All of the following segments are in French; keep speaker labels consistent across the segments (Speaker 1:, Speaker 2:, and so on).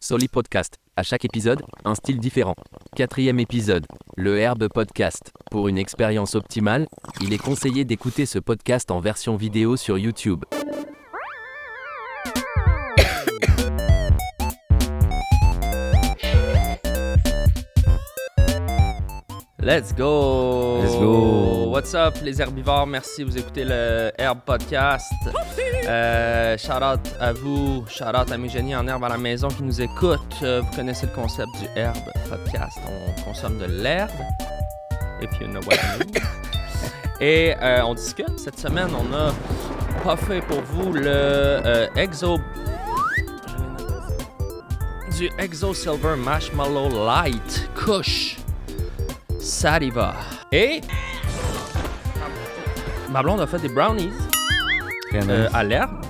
Speaker 1: Soli Podcast. À chaque épisode, un style différent. Quatrième épisode, le Herbe Podcast. Pour une expérience optimale, il est conseillé d'écouter ce podcast en version vidéo sur YouTube. Let's go!
Speaker 2: Let's go.
Speaker 3: What's up les herbivores, merci vous écoutez le Herb Podcast. Euh, shout out à vous, shout out à mes génies en herbe à la maison qui nous écoutent. Euh, vous connaissez le concept du Herb Podcast, on consomme de l'herbe. If you know what I mean. Et euh, on discute, cette semaine on a pas fait pour vous le euh, Exo... Du Exo Silver Marshmallow Light Kush. Saliva. Et. Ma blonde a fait des brownies
Speaker 2: Très nice.
Speaker 3: euh, à l'herbe.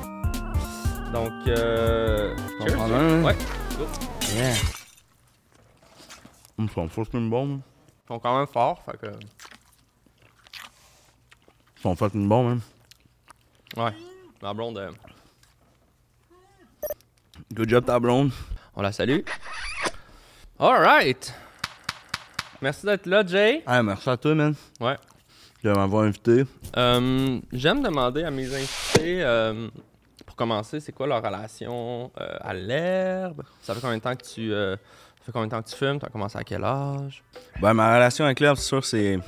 Speaker 3: Donc. Euh...
Speaker 2: On
Speaker 3: cheers.
Speaker 2: prend un.
Speaker 3: Ouais.
Speaker 2: Yeah. Hum, Ils sont fucking bons. hein.
Speaker 3: Ils sont quand même forts. Fait que...
Speaker 2: Ils sont fucking bons, hein.
Speaker 3: Ouais. Ma blonde. euh,
Speaker 2: Good job, ta blonde.
Speaker 3: On la salue. Alright. Merci d'être là, Jay.
Speaker 2: Ah, merci à toi, man,
Speaker 3: Ouais.
Speaker 2: de m'avoir invité.
Speaker 3: Euh, J'aime demander à mes invités, euh, pour commencer, c'est quoi leur relation euh, à l'herbe? Ça fait combien de temps que tu, euh, ça fait combien de temps que tu fumes? Tu as commencé à quel âge?
Speaker 2: Ben, ma relation avec l'herbe, c'est sûr, c'est.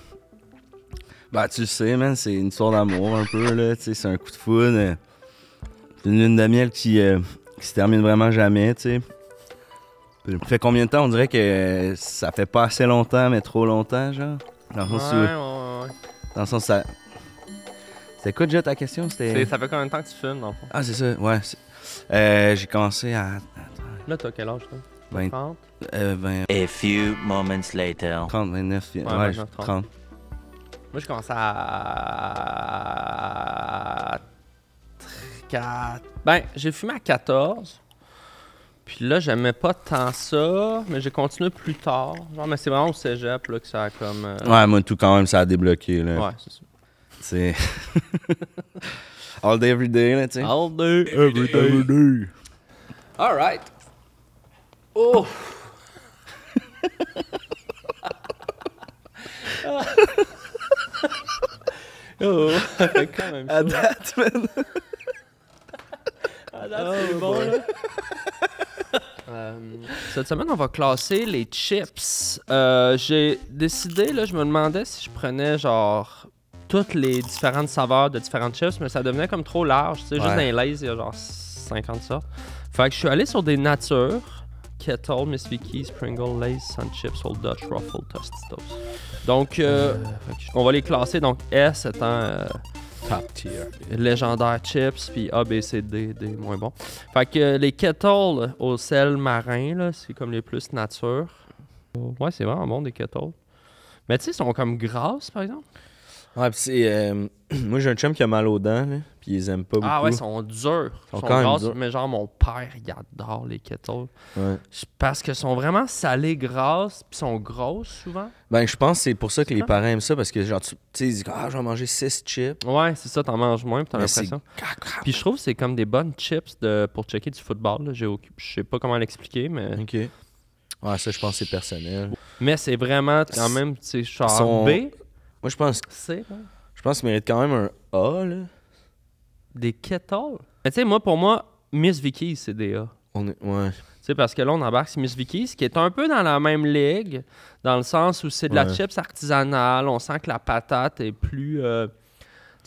Speaker 2: Ben, tu le sais, man, c'est une histoire d'amour un peu, là. Tu sais, c'est un coup de foudre. euh. C'est une lune de miel qui, euh, qui se termine vraiment jamais, tu sais. Ça fait combien de temps On dirait que euh, ça fait pas assez longtemps, mais trop longtemps, genre. Dans le sens, où-
Speaker 3: ouais, ouais.
Speaker 2: dans le sens ça. C'était quoi déjà ta question
Speaker 3: C'est-
Speaker 2: C'était.
Speaker 3: Ça fait combien de temps que tu fumes, dans le fond?
Speaker 2: Ah, c'est ça, ouais. c'est- Euh, J'ai commencé à
Speaker 3: Ah, Là, t'as quel âge, toi?
Speaker 2: 20,
Speaker 3: 30?
Speaker 2: euh, 20,
Speaker 4: A few moments later.
Speaker 2: 30, 29, ouais,
Speaker 3: 29,
Speaker 2: 30.
Speaker 3: 30. Moi, j'ai commencé à... Quatre- Ben, j'ai fumé à 14. Puis là, j'aimais pas tant ça, mais j'ai continué plus tard. Genre, mais c'est vraiment au cégep, là, que ça a comme... euh,
Speaker 2: Ouais, moi, tout quand même, ça a débloqué, là.
Speaker 3: Ouais, c'est ça.
Speaker 2: C'est. All day, every day, là, tu sais.
Speaker 3: All day, every day. All right. Oh! oh, ça fait quand même chaud.
Speaker 2: date, man.
Speaker 3: Oh, Euh, Cette semaine, on va classer les chips. Euh, J'ai décidé, là, je me demandais si je prenais genre toutes les différentes saveurs de différentes chips, mais ça devenait comme trop large. Tu sais, juste
Speaker 2: Ouais.
Speaker 3: dans les Lay's, il y a genre 50 sortes. Fait que je suis allé sur des natures. Kettle, Miss Vicky's, Pringle, Lay's, Sun Chips, Old Dutch, Ruffle, Tostitos. Donc, euh, on va les classer. Donc, S étant euh,
Speaker 5: Top tier.
Speaker 3: légendaire chips, puis A, B, C, D, D, moins bon. Fait que euh, les kettles au sel marin, là, c'est comme les plus nature. Ouais, c'est vraiment bon des kettles. Mais tu sais, ils sont comme grasses, par exemple.
Speaker 2: Ouais, pis c'est. euh, moi, j'ai un chum qui a mal aux dents, là. Pis ils aiment pas beaucoup.
Speaker 3: Ah ouais, ils sont durs. Ils
Speaker 2: Sont
Speaker 3: sont
Speaker 2: quand même
Speaker 3: grasses,
Speaker 2: durs.
Speaker 3: mais genre mon père, il adore les kettles.
Speaker 2: Ouais.
Speaker 3: C'est Parce que sont vraiment salées, grasses, puis sont grosses souvent.
Speaker 2: Ben, je pense que c'est pour ça que les
Speaker 3: ça?
Speaker 2: parents aiment ça, parce que, genre, tu tu sais, ils disent, ah, j'en mangeais 6 chips.
Speaker 3: Ouais, c'est ça, t'en manges moins, puis t'as
Speaker 2: Mais c'est-
Speaker 3: l'impression. Puis je trouve que c'est comme des bonnes chips de, pour checker du football. là. J'ai aucune- Je sais pas comment l'expliquer, mais.
Speaker 2: Ok. Ouais, ça, je pense que c'est personnel.
Speaker 3: Mais c'est vraiment quand même, tu sais, genre
Speaker 2: Sont-
Speaker 3: B,
Speaker 2: Moi, je pense,
Speaker 3: C, ouais.
Speaker 2: je pense qu'ils méritent quand même un A, là.
Speaker 3: des kettles. Mais tu sais, moi, pour moi, Miss Vicky, c'est des A.
Speaker 2: On est... Ouais.
Speaker 3: Tu sais, parce que là, on embarque sur Miss Vicky's, qui est un peu dans la même ligue, dans le sens où c'est de la
Speaker 2: Ouais.
Speaker 3: chips artisanale, on sent que la patate est plus... euh, tu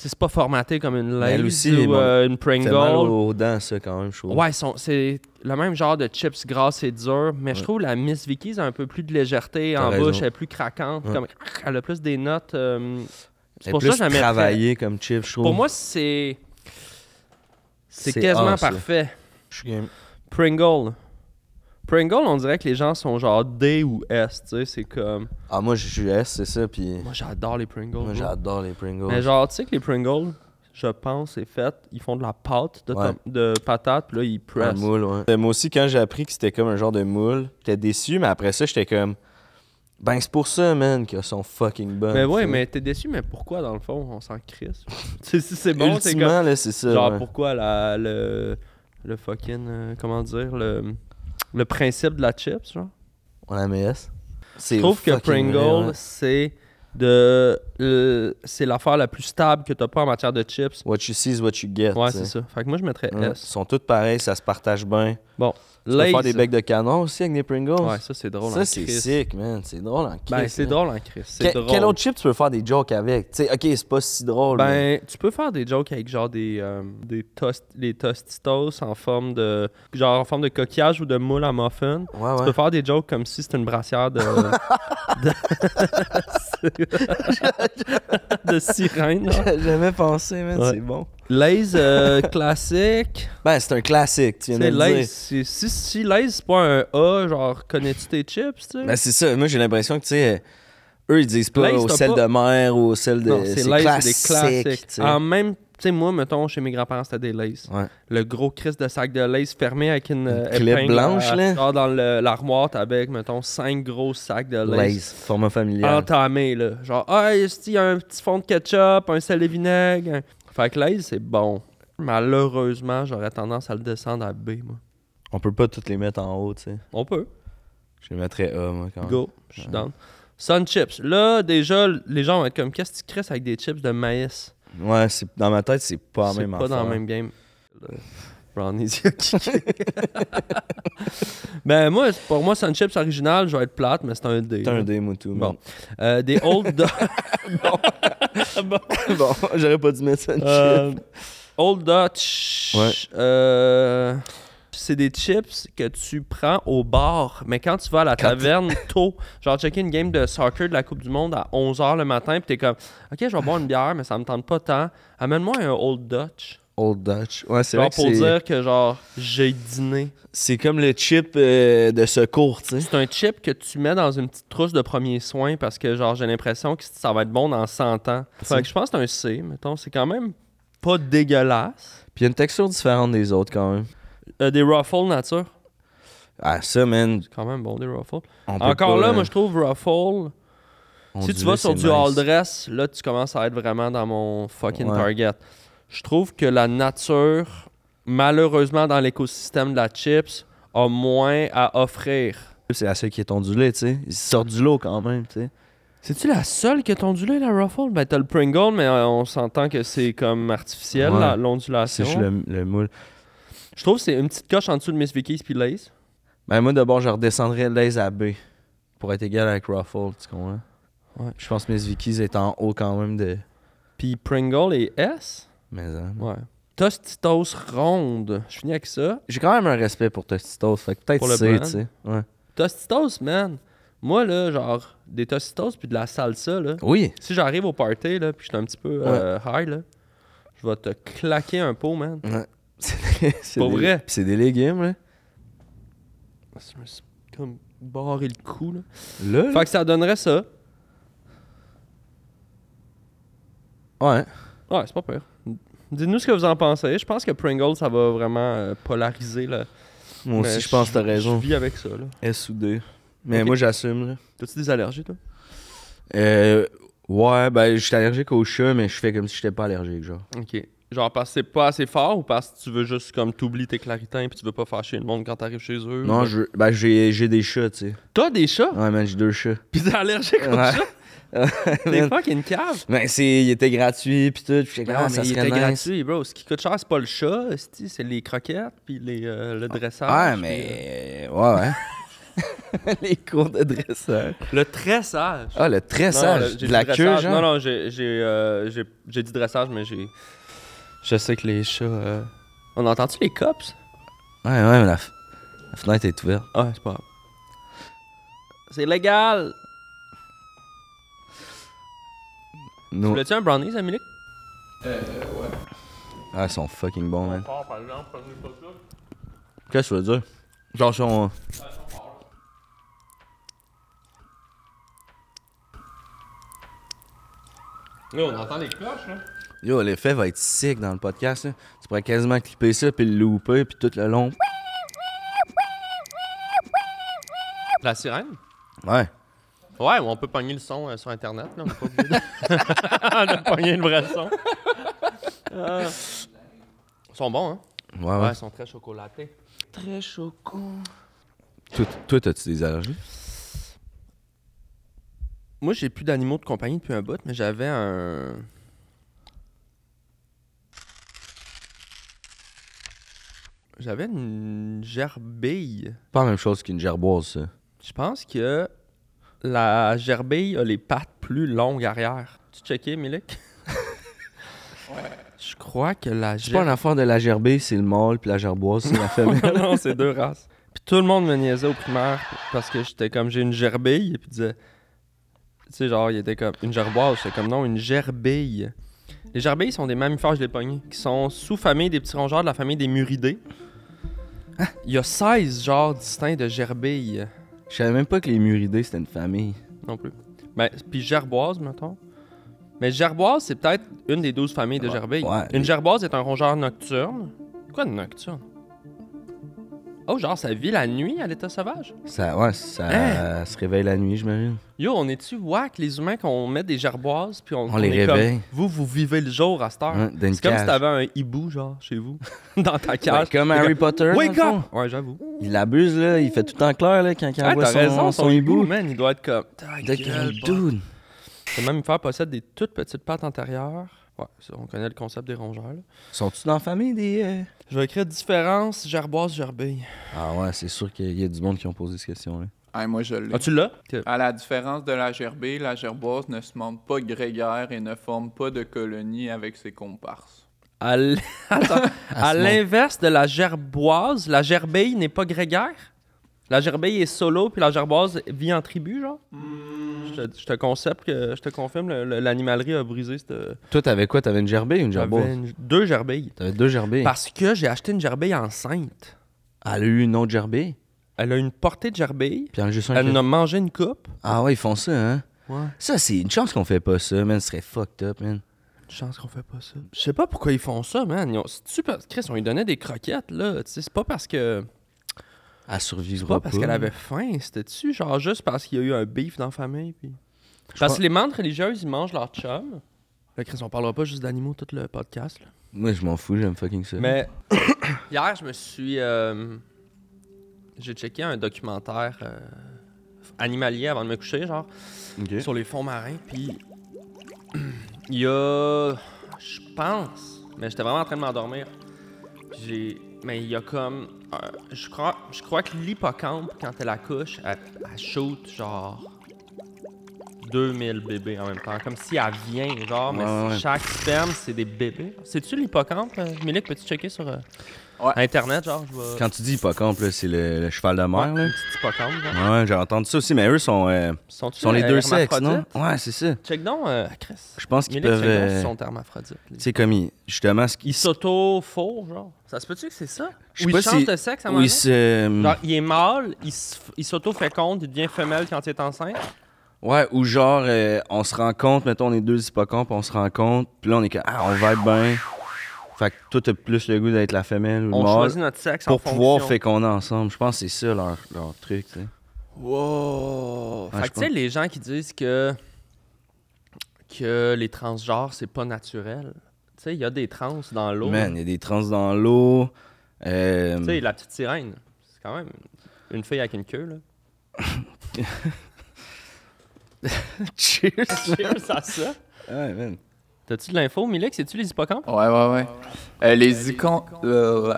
Speaker 3: sais, c'est pas formaté comme une
Speaker 2: Mais elle
Speaker 3: Lay's
Speaker 2: aussi,
Speaker 3: ou
Speaker 2: bon,
Speaker 3: euh, une
Speaker 2: Fait mal
Speaker 3: Pringle.
Speaker 2: aux dents, ça, quand même, je trouve.
Speaker 3: Ouais, ils sont- c'est le même genre de chips grasses et dures, mais je trouve la Miss Vicky's a un peu plus de légèreté
Speaker 2: T'as
Speaker 3: en
Speaker 2: raison.
Speaker 3: bouche, elle est plus craquante,
Speaker 2: Ouais.
Speaker 3: comme- elle a plus des notes... euh, c'est
Speaker 2: C'est
Speaker 3: pour
Speaker 2: plus
Speaker 3: ça que je la mettrais-
Speaker 2: travaillé comme chips, je trouve.
Speaker 3: Pour moi, c'est. C'est
Speaker 2: Oh. C'est
Speaker 3: quasiment
Speaker 2: A, ça.
Speaker 3: parfait.
Speaker 2: je suis game.
Speaker 3: Pringle. Pringle, on dirait que les gens sont genre D ou S, tu sais, c'est comme...
Speaker 2: Ah, moi, je suis S, c'est ça, puis
Speaker 3: Moi, j'adore les Pringles.
Speaker 2: moi,
Speaker 3: bro.
Speaker 2: j'adore les Pringles.
Speaker 3: Mais genre, tu sais que les Pringles, je pense, c'est fait, ils font de la pâte de,
Speaker 2: Ouais.
Speaker 3: tom- de patate, puis là, ils pressent.
Speaker 2: moule, ouais. moi aussi, quand j'ai appris que c'était comme un genre de moule, j'étais déçu, mais après ça, j'étais comme. Ben, c'est pour ça, man, qu'ils sont fucking bonnes.
Speaker 3: mais ouais,
Speaker 2: tu sais.
Speaker 3: mais t'es déçu, mais pourquoi, dans le fond, on s'en crisse? tu sais, si c'est bon, c'est comme...
Speaker 2: Ultimement, là, c'est ça.
Speaker 3: Genre,
Speaker 2: ouais.
Speaker 3: pourquoi la, le... Le fucking... euh, comment dire? Le... le principe de la chips, genre.
Speaker 2: On la MS.
Speaker 3: Je trouve que Pringles, c'est de le- c'est l'affaire la plus stable que t'as pas en matière de chips.
Speaker 2: What you see is what you get.
Speaker 3: Ouais,
Speaker 2: tu
Speaker 3: c'est
Speaker 2: sais.
Speaker 3: ça. Fait que moi, je mettrais
Speaker 2: euh, Ouais. Ils
Speaker 3: S.
Speaker 2: sont toutes pareilles, ça se partage bien.
Speaker 3: Bon,
Speaker 2: Tu peux faire des
Speaker 3: Lay's.
Speaker 2: becs de canon aussi avec des Pringles.
Speaker 3: Ouais, ça, c'est drôle en
Speaker 2: ça, c'est
Speaker 3: crise.
Speaker 2: sick, man. C'est drôle en
Speaker 3: Ben,
Speaker 2: crise,
Speaker 3: c'est
Speaker 2: là.
Speaker 3: drôle en Chris.
Speaker 2: Que-
Speaker 3: C'est drôle.
Speaker 2: Quel autre chip tu peux faire des jokes avec? Tu sais, ok, c'est pas si drôle. mais-
Speaker 3: Ben, tu peux faire des jokes avec genre des, euh, des toast, les tostitos en forme de genre en forme de coquillage ou de moule à muffin.
Speaker 2: ouais,
Speaker 3: Tu
Speaker 2: ouais.
Speaker 3: peux faire des jokes comme si c'était une brassière de de, de sirène. là.
Speaker 2: J'avais pensé, man,
Speaker 3: Ouais.
Speaker 2: c'est bon.
Speaker 3: Lays euh, classique.
Speaker 2: Ben, c'est un classique, tu
Speaker 3: Tu
Speaker 2: viens
Speaker 3: sais,
Speaker 2: de le
Speaker 3: Lays,
Speaker 2: dire.
Speaker 3: c'est- si, si Lays c'est pas un A, genre connais-tu tes chips, tu sais?
Speaker 2: Ben, c'est ça. Moi, j'ai l'impression que, tu sais, euh, eux, ils disent pas
Speaker 3: Lays,
Speaker 2: au
Speaker 3: t'as
Speaker 2: sel
Speaker 3: pas-
Speaker 2: de mer ou au sel de.
Speaker 3: non, c'est Lays, c'est des
Speaker 2: classique,
Speaker 3: classiques.
Speaker 2: tu sais.
Speaker 3: En même, tu sais, moi, mettons, chez mes grands-parents, c'était des Lays.
Speaker 2: Ouais.
Speaker 3: le gros crise de sac de lace fermé avec une, euh,
Speaker 2: Une clip
Speaker 3: épingle
Speaker 2: blanche,
Speaker 3: à-
Speaker 2: là.
Speaker 3: Genre dans le- l'armoire, t'as avec, mettons, cinq gros sacs de
Speaker 2: Lays,
Speaker 3: lace.
Speaker 2: format familial.
Speaker 3: Entamés, là. Genre, ah, est-ce qu'il y a un petit fond de ketchup, un sel et vinaigre. un- Fait que lace, c'est bon. Malheureusement, j'aurais tendance à le descendre à B, moi.
Speaker 2: On peut pas toutes les mettre en haut, tu sais.
Speaker 3: On peut.
Speaker 2: Je les mettrais A, moi, quand même.
Speaker 3: Go. Je suis down. Sun chips. Là, déjà, les gens vont être comme, qu'est-ce que tu crisses avec des chips de maïs?
Speaker 2: Ouais, c'est- dans ma tête, c'est pas la
Speaker 3: C'est
Speaker 2: même
Speaker 3: pas dans
Speaker 2: affaire.
Speaker 3: le même game. Le- Brownies, il a kické. ben, moi, pour moi, Sun Chips original, je vais être plate, mais c'est un D.
Speaker 2: C'est un dé, Moutou.
Speaker 3: Bon. Euh, des Old Dog.
Speaker 2: man. bon, j'aurais pas dû mettre ça une
Speaker 3: Euh, old Dutch.
Speaker 2: Ouais.
Speaker 3: euh, c'est des chips que tu prends au bar, mais quand tu vas à la taverne tôt, genre checker une game de soccer de la Coupe du Monde à 11h le matin, puis t'es comme, OK, je vais boire une bière, mais ça me tente pas tant. Amène-moi un Old Dutch.
Speaker 2: Old Dutch. Ouais, c'est
Speaker 3: Genre
Speaker 2: vrai que
Speaker 3: pour
Speaker 2: c'est-
Speaker 3: dire que, genre, j'ai dîné.
Speaker 2: C'est comme le chip euh, de secours, tu sais.
Speaker 3: C'est un chip que tu mets dans une petite trousse de premiers soins parce que genre j'ai l'impression que ça va être bon dans 100 ans. Fait que je pense que c'est un C, mettons. C'est quand même pas dégueulasse.
Speaker 2: Puis il y a une texture différente des autres quand même.
Speaker 3: Euh, des Ruffles nature.
Speaker 2: Ah, ça, man.
Speaker 3: C'est quand même bon, des Ruffles.
Speaker 2: on peut
Speaker 3: Encore
Speaker 2: pas,
Speaker 3: là,
Speaker 2: euh,
Speaker 3: moi je trouve Ruffles.
Speaker 2: on
Speaker 3: Si tu
Speaker 2: dirait
Speaker 3: vas
Speaker 2: que
Speaker 3: sur
Speaker 2: c'est
Speaker 3: du
Speaker 2: nice.
Speaker 3: all dress, là tu commences à être vraiment dans mon fucking
Speaker 2: Ouais.
Speaker 3: target. Je trouve que la nature, malheureusement dans l'écosystème de la chips, a moins à offrir.
Speaker 2: C'est la seule qui est ondulée, tu sais. Ils sortent du lot quand même, tu sais.
Speaker 3: C'est-tu la seule qui a ton ondulé, la Ruffle? Ben, t'as le Pringle, mais euh, on s'entend que c'est comme artificiel,
Speaker 2: Ouais.
Speaker 3: la-
Speaker 2: C'est
Speaker 3: l'ondulation.
Speaker 2: juste le, le moule.
Speaker 3: Je trouve que c'est une petite coche en dessous de Miss Vicky's puis Lace.
Speaker 2: Ben, moi, d'abord, je redescendrais l'aise à B pour être égal avec Ruffle, tu comprends?
Speaker 3: Ouais.
Speaker 2: Je pense que Miss Vicky's est en haut quand même de.
Speaker 3: Puis Pringle et S.
Speaker 2: Mais, hein.
Speaker 3: Ouais. Tostitos ronde. Je finis avec ça.
Speaker 2: J'ai quand même un respect pour Tostitos, fait que peut-être
Speaker 3: Pour le
Speaker 2: C,
Speaker 3: brand.
Speaker 2: tu sais. Ouais.
Speaker 3: Tostitos, man. Moi, là, genre, des Tostitos puis de la salsa, là.
Speaker 2: Oui.
Speaker 3: Si j'arrive au party, là, puis je suis un petit peu euh, high, là, je vais te claquer un pot, man.
Speaker 2: Ouais. C'est c'est
Speaker 3: Pour
Speaker 2: des-
Speaker 3: vrai.
Speaker 2: Puis c'est des légumes, là.
Speaker 3: Je me suis comme barré le cou, là.
Speaker 2: Là?
Speaker 3: Fait que ça donnerait ça.
Speaker 2: Ouais.
Speaker 3: Ouais, c'est pas pire. Dites-nous ce que vous en pensez. Je pense que Pringle, ça va vraiment euh, polariser. Là.
Speaker 2: Moi aussi,
Speaker 3: Mais
Speaker 2: Ben, je pense que t'as raison.
Speaker 3: Je vis avec ça. Là.
Speaker 2: S ou D. Mais
Speaker 3: Ok.
Speaker 2: moi, j'assume, là.
Speaker 3: T'as-tu des allergies, toi?
Speaker 2: Euh, ouais, ben, je suis allergique au chat, mais je fais comme si j'étais pas allergique, genre.
Speaker 3: OK. Genre parce que c'est pas assez fort ou parce que tu veux juste comme t'oublies tes claritins puis tu veux pas fâcher le monde quand t'arrives chez eux?
Speaker 2: Non,
Speaker 3: Ouais.
Speaker 2: je, ben, j'ai, j'ai des chats, tu sais.
Speaker 3: T'as des chats?
Speaker 2: Ouais, man, j'ai deux chats.
Speaker 3: Puis t'es allergique aux
Speaker 2: Ouais.
Speaker 3: chats? T'es
Speaker 2: Man.
Speaker 3: fucking cave!
Speaker 2: Ben, c'est, il était gratuit, pis tout. Pis j'étais comme,
Speaker 3: Non,
Speaker 2: ah,
Speaker 3: mais
Speaker 2: ça
Speaker 3: il
Speaker 2: serait
Speaker 3: était
Speaker 2: nice.
Speaker 3: gratuit, bro. Ce qui coûte cher, c'est pas le chat, esti, c'est les croquettes puis les, euh, le dressage.
Speaker 2: Ah. Ouais,
Speaker 3: puis,
Speaker 2: mais. euh, Ouais, ouais. Les cours de dresseur.
Speaker 3: euh, Le dressage!
Speaker 2: Ah, le
Speaker 3: Non,
Speaker 2: tressage.
Speaker 3: le- j'ai
Speaker 2: De
Speaker 3: dit
Speaker 2: la
Speaker 3: dressage.
Speaker 2: queue, genre.
Speaker 3: Non, non, j'ai, j'ai, euh, j'ai- j'ai dit dressage, mais j'ai. Je sais que les chats. euh, On entend-tu les cops
Speaker 2: Ouais, ouais, mais la, f- la fenêtre est ouverte.
Speaker 3: Ah, c'est pas grave. C'est légal
Speaker 2: No-
Speaker 3: Voulais-tu un brownies, Amélie
Speaker 2: Ah, ils sont fucking bons, man. Qu'est-ce que tu veux dire? Genre, ils sont.
Speaker 3: on entend les cloches, hein. là.
Speaker 2: Yo, l'effet va être sick dans le podcast. là. Tu pourrais quasiment clipper ça, puis le louper, puis tout le long.
Speaker 3: La sirène
Speaker 2: Ouais.
Speaker 3: Ouais, on peut pogner le son euh, sur Internet, là. On peut pas oublier de... de pogner le vrai son. Ah. Ils sont bons, hein
Speaker 2: Ah Ouais, ouais.
Speaker 3: Ouais, ils sont très chocolatés. Très choco.
Speaker 2: Toi, toi, t'as-tu des allergies?
Speaker 3: Moi, j'ai plus d'animaux de compagnie depuis un bout, mais j'avais un. J'avais une gerbille.
Speaker 2: Pas la même chose qu'une gerboise, ça.
Speaker 3: Je pense que la gerbille a les pattes plus longues arrière. Tu checké, Milik? Je crois que la
Speaker 2: C'est pas une
Speaker 3: gerbille.
Speaker 2: affaire de la gerbée, c'est le mâle, puis la gerboise, c'est la femelle.
Speaker 3: non, c'est deux races. Puis tout le monde me niaisait au primaire parce que j'étais comme j'ai une gerbille. Puis disait, tu sais, genre, il était comme une gerboise. J'étais comme non, une gerbille. Les gerbilles sont des mammifères, je les pognais, qui sont sous-famille des petits rongeurs de la famille des muridés. Il y a 16 genres distincts de gerbilles
Speaker 2: Je savais même pas que les muridés, c'était une famille.
Speaker 3: non plus. Ben, puis gerboise, mettons. Mais gerboise, c'est peut-être une des 12 familles de gerbilles.
Speaker 2: ouais.
Speaker 3: une gerboise est un rongeur nocturne. Quoi de nocturne? Oh, genre, ça vit la nuit à l'état sauvage?
Speaker 2: Ça, ouais, ça
Speaker 3: Hein?
Speaker 2: se réveille la nuit, j'imagine.
Speaker 3: Yo, on est-tu wack, les humains, qu'on met des gerboises, puis on,
Speaker 2: On les
Speaker 3: est comme,
Speaker 2: réveille.
Speaker 3: vous, vous vivez le jour à cette heure.
Speaker 2: Hein, dans une
Speaker 3: c'est comme si
Speaker 2: cage.
Speaker 3: t'avais un hibou, genre, chez vous, dans ta
Speaker 2: Ouais,
Speaker 3: cage.
Speaker 2: comme
Speaker 3: T'es
Speaker 2: Harry Potter.
Speaker 3: Wake
Speaker 2: dans le
Speaker 3: up! Ouais, j'avoue.
Speaker 2: fond. Il l'abuse, là. Il fait tout en clair, là, quand quand il
Speaker 3: Ah,
Speaker 2: envoie
Speaker 3: t'as
Speaker 2: son,
Speaker 3: raison,
Speaker 2: son
Speaker 3: son hibou,
Speaker 2: hibou.
Speaker 3: man, il doit être comme. Ta
Speaker 2: De
Speaker 3: gueule,
Speaker 2: quel
Speaker 3: boy.
Speaker 2: dude?
Speaker 3: Le mammifère possède des toutes petites pattes antérieures. Ouais, ça, on connaît le concept des rongeurs. là.
Speaker 2: Sont-tu dans la famille des. euh?
Speaker 3: Je vais écrire différence gerboise gerbeille.
Speaker 2: Ah ouais, c'est sûr qu'il y a du monde qui ont posé cette question-là.
Speaker 6: Ah, moi, je l'ai.
Speaker 3: Ah, tu l'as
Speaker 6: À la différence de la gerbée, la gerboise ne se montre pas grégaire et ne forme pas de colonie avec ses comparses.
Speaker 3: À l- Attends. À
Speaker 2: ce moment-
Speaker 3: l'inverse de la gerboise, la gerbeille n'est pas grégaire. La gerbeille est solo puis la gerboise vit en tribu genre. Je te, je te concepte que je te confirme le- le- l'animalerie a brisé cette
Speaker 2: Toi, t'avais quoi? T'avais une gerbée ou une
Speaker 3: J'avais
Speaker 2: gerboise?
Speaker 3: une- deux gerbeilles
Speaker 2: T'avais deux gerbées. Ah,
Speaker 3: parce que j'ai acheté une gerbeille enceinte.
Speaker 2: Elle a eu une autre gerbée,
Speaker 3: Elle a une portée de gerbeille.
Speaker 2: puis elle en a juste un
Speaker 3: Elle
Speaker 2: qui-
Speaker 3: en a mangé une coupe.
Speaker 2: Ah ouais, ils font ça, hein?
Speaker 3: Ouais.
Speaker 2: Ça, c'est une chance qu'on fait pas ça, man. Ce serait fucked up, man.
Speaker 3: chance qu'on fait pas ça. Je sais pas pourquoi ils font ça, man. Ils ont- C'est-tu parce- Chris, on lui donnait des croquettes, là. Tu sais, c'est pas parce que.
Speaker 2: Elle
Speaker 3: C'est
Speaker 2: survivra
Speaker 3: pas
Speaker 2: pas.
Speaker 3: parce qu'elle avait faim, c'était-tu? Genre juste parce qu'il y a eu un beef dans la famille. Puis... Parce
Speaker 2: pense-
Speaker 3: que les membres religieuses, ils mangent leur chum. Là, Chris, on parlera pas juste d'animaux tout le podcast, là.
Speaker 2: Moi, je m'en fous, j'aime fucking ça.
Speaker 3: Mais hier, je me suis. euh, J'ai checké un documentaire euh, animalier avant de me coucher, genre.
Speaker 2: Ok.
Speaker 3: sur les fonds marins. Puis il y a, je pense, mais j'étais vraiment en train de m'endormir. Puis J'ai, mais il y a comme, euh, je crois, je crois que l'hippocampe quand elle accouche, elle, elle shoot genre 2000 bébés en même temps, comme si elle vient genre,
Speaker 2: Ouais,
Speaker 3: mais c'est-
Speaker 2: ouais.
Speaker 3: chaque sperme c'est des bébés. C'est-tu l'hippocampe, euh, Milik, peux-tu checker sur euh,
Speaker 6: Ouais.
Speaker 3: internet genre, je vais.
Speaker 2: Quand tu dis hippocampe, là, c'est le, le cheval de mer,
Speaker 3: Ouais, un petit hippocampe, genre.
Speaker 2: là. Ouais, j'ai entendu ça aussi, mais eux sont, euh,
Speaker 3: Sont-tu,
Speaker 2: sont les
Speaker 3: euh,
Speaker 2: deux sexes, non?
Speaker 3: hermaphrodites?
Speaker 2: Ouais, c'est ça.
Speaker 3: Check donc, euh, Chris.
Speaker 2: Je pense qu'ils
Speaker 3: Milik,
Speaker 2: peuvent.
Speaker 3: check donc
Speaker 2: euh,
Speaker 3: si sont hermaphrodites. les-
Speaker 2: Tu sais, comme ils. Justement, ce
Speaker 3: Il
Speaker 2: qu'ils.
Speaker 3: s'auto-fourre, genre. Ça se peut-tu que c'est ça?
Speaker 2: Je sais
Speaker 3: Ou il
Speaker 2: pas
Speaker 3: change
Speaker 2: si-
Speaker 3: de sexe à un
Speaker 2: Où
Speaker 3: moment
Speaker 2: ils
Speaker 3: donné?
Speaker 2: se. euh,
Speaker 3: Genre, il est mâle, il s- il s'auto-féconde, il devient femelle quand il est enceinte.
Speaker 2: Ouais, ou genre, euh, on se rend compte, mettons, on est deux hippocampes, on se rend compte, puis là, on est comme, ah, on va être bien. Fait que toi, t'as plus le goût d'être la femelle ou le
Speaker 3: On
Speaker 2: mâle
Speaker 3: choisit notre sexe en
Speaker 2: pour pouvoir
Speaker 3: fonction.
Speaker 2: féconder ensemble. Je pense que c'est ça leur, leur truc, tu sais.
Speaker 3: Wow!
Speaker 2: Ouais,
Speaker 3: fait
Speaker 2: je
Speaker 3: que tu sais,
Speaker 2: pense.
Speaker 3: les gens qui disent que, que les transgenres, c'est pas naturel. Tu sais, il y a des trans dans l'eau.
Speaker 2: Man, il y a des trans dans l'eau. euh,
Speaker 3: Tu sais, la petite sirène, c'est quand même une fille avec une queue, là.
Speaker 2: Cheers!
Speaker 3: Cheers à ça!
Speaker 2: Ouais, man.
Speaker 3: T'as-tu de l'info, Milik? C'est-tu les hippocampes?
Speaker 6: Ouais, ouais, ouais. Euh, les icons. euh,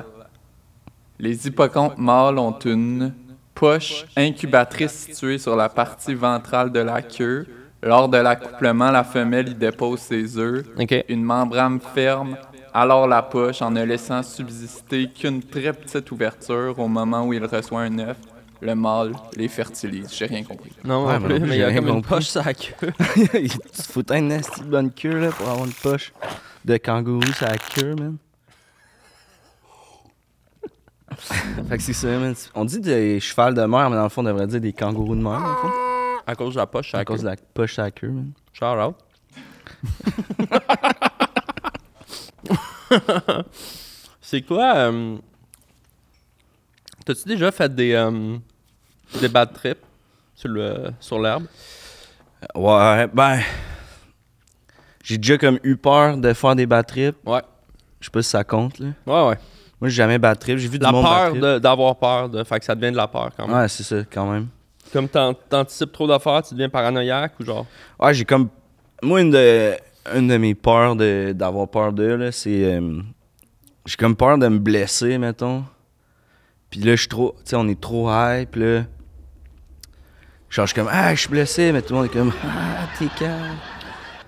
Speaker 6: les hippocampes mâles ont une poche incubatrice située sur la partie ventrale de la queue. Lors de l'accouplement, la femelle y dépose ses œufs.
Speaker 3: OK.
Speaker 6: Une membrane ferme alors la poche en ne laissant subsister qu'une très petite ouverture au moment où il reçoit un œuf. Le mâle les fertilise. J'ai rien compris.
Speaker 3: Non,
Speaker 2: Ouais,
Speaker 3: non
Speaker 2: mais
Speaker 3: plus,
Speaker 2: non,
Speaker 3: mais il y a
Speaker 2: j'ai
Speaker 3: comme
Speaker 2: rien
Speaker 3: une
Speaker 2: compris.
Speaker 3: poche sur la queue.
Speaker 2: il te faut une nasty bonne queue, là, pour avoir une poche de kangourou sur la queue, man. fait que c'est ça, man. On dit des chevals de mer, mais dans le fond, on devrait dire des kangourous de mer, en fait.
Speaker 3: À cause de la poche sur
Speaker 2: À
Speaker 3: la
Speaker 2: cause de la poche à la queue, man.
Speaker 3: Shout out. c'est quoi. euh, T'as-tu déjà fait des, euh, des bad trips sur le- sur l'herbe?
Speaker 2: Ouais, ben. J'ai déjà comme eu peur de faire des bad trips.
Speaker 3: Ouais.
Speaker 2: Je sais pas si ça compte, là.
Speaker 3: Ouais, ouais.
Speaker 2: Moi, j'ai jamais bad trip. J'ai vu
Speaker 3: La
Speaker 2: du monde bad
Speaker 3: peur
Speaker 2: trip.
Speaker 3: de- d'avoir peur, de, fait que ça devient de la peur quand même.
Speaker 2: Ouais, c'est ça, quand même.
Speaker 3: Comme t'an- t'anticipes trop d'affaires, tu deviens paranoïaque ou genre.
Speaker 2: Ouais, j'ai comme. Moi, une de, une de mes peurs de- d'avoir peur d'eux, là, c'est. euh, j'ai comme peur de me blesser, mettons. Puis là, je suis trop. Tu sais, on est trop high, puis là. Genre, je suis comme, ah, je suis blessé, mais tout le monde est comme, ah, t'es calme.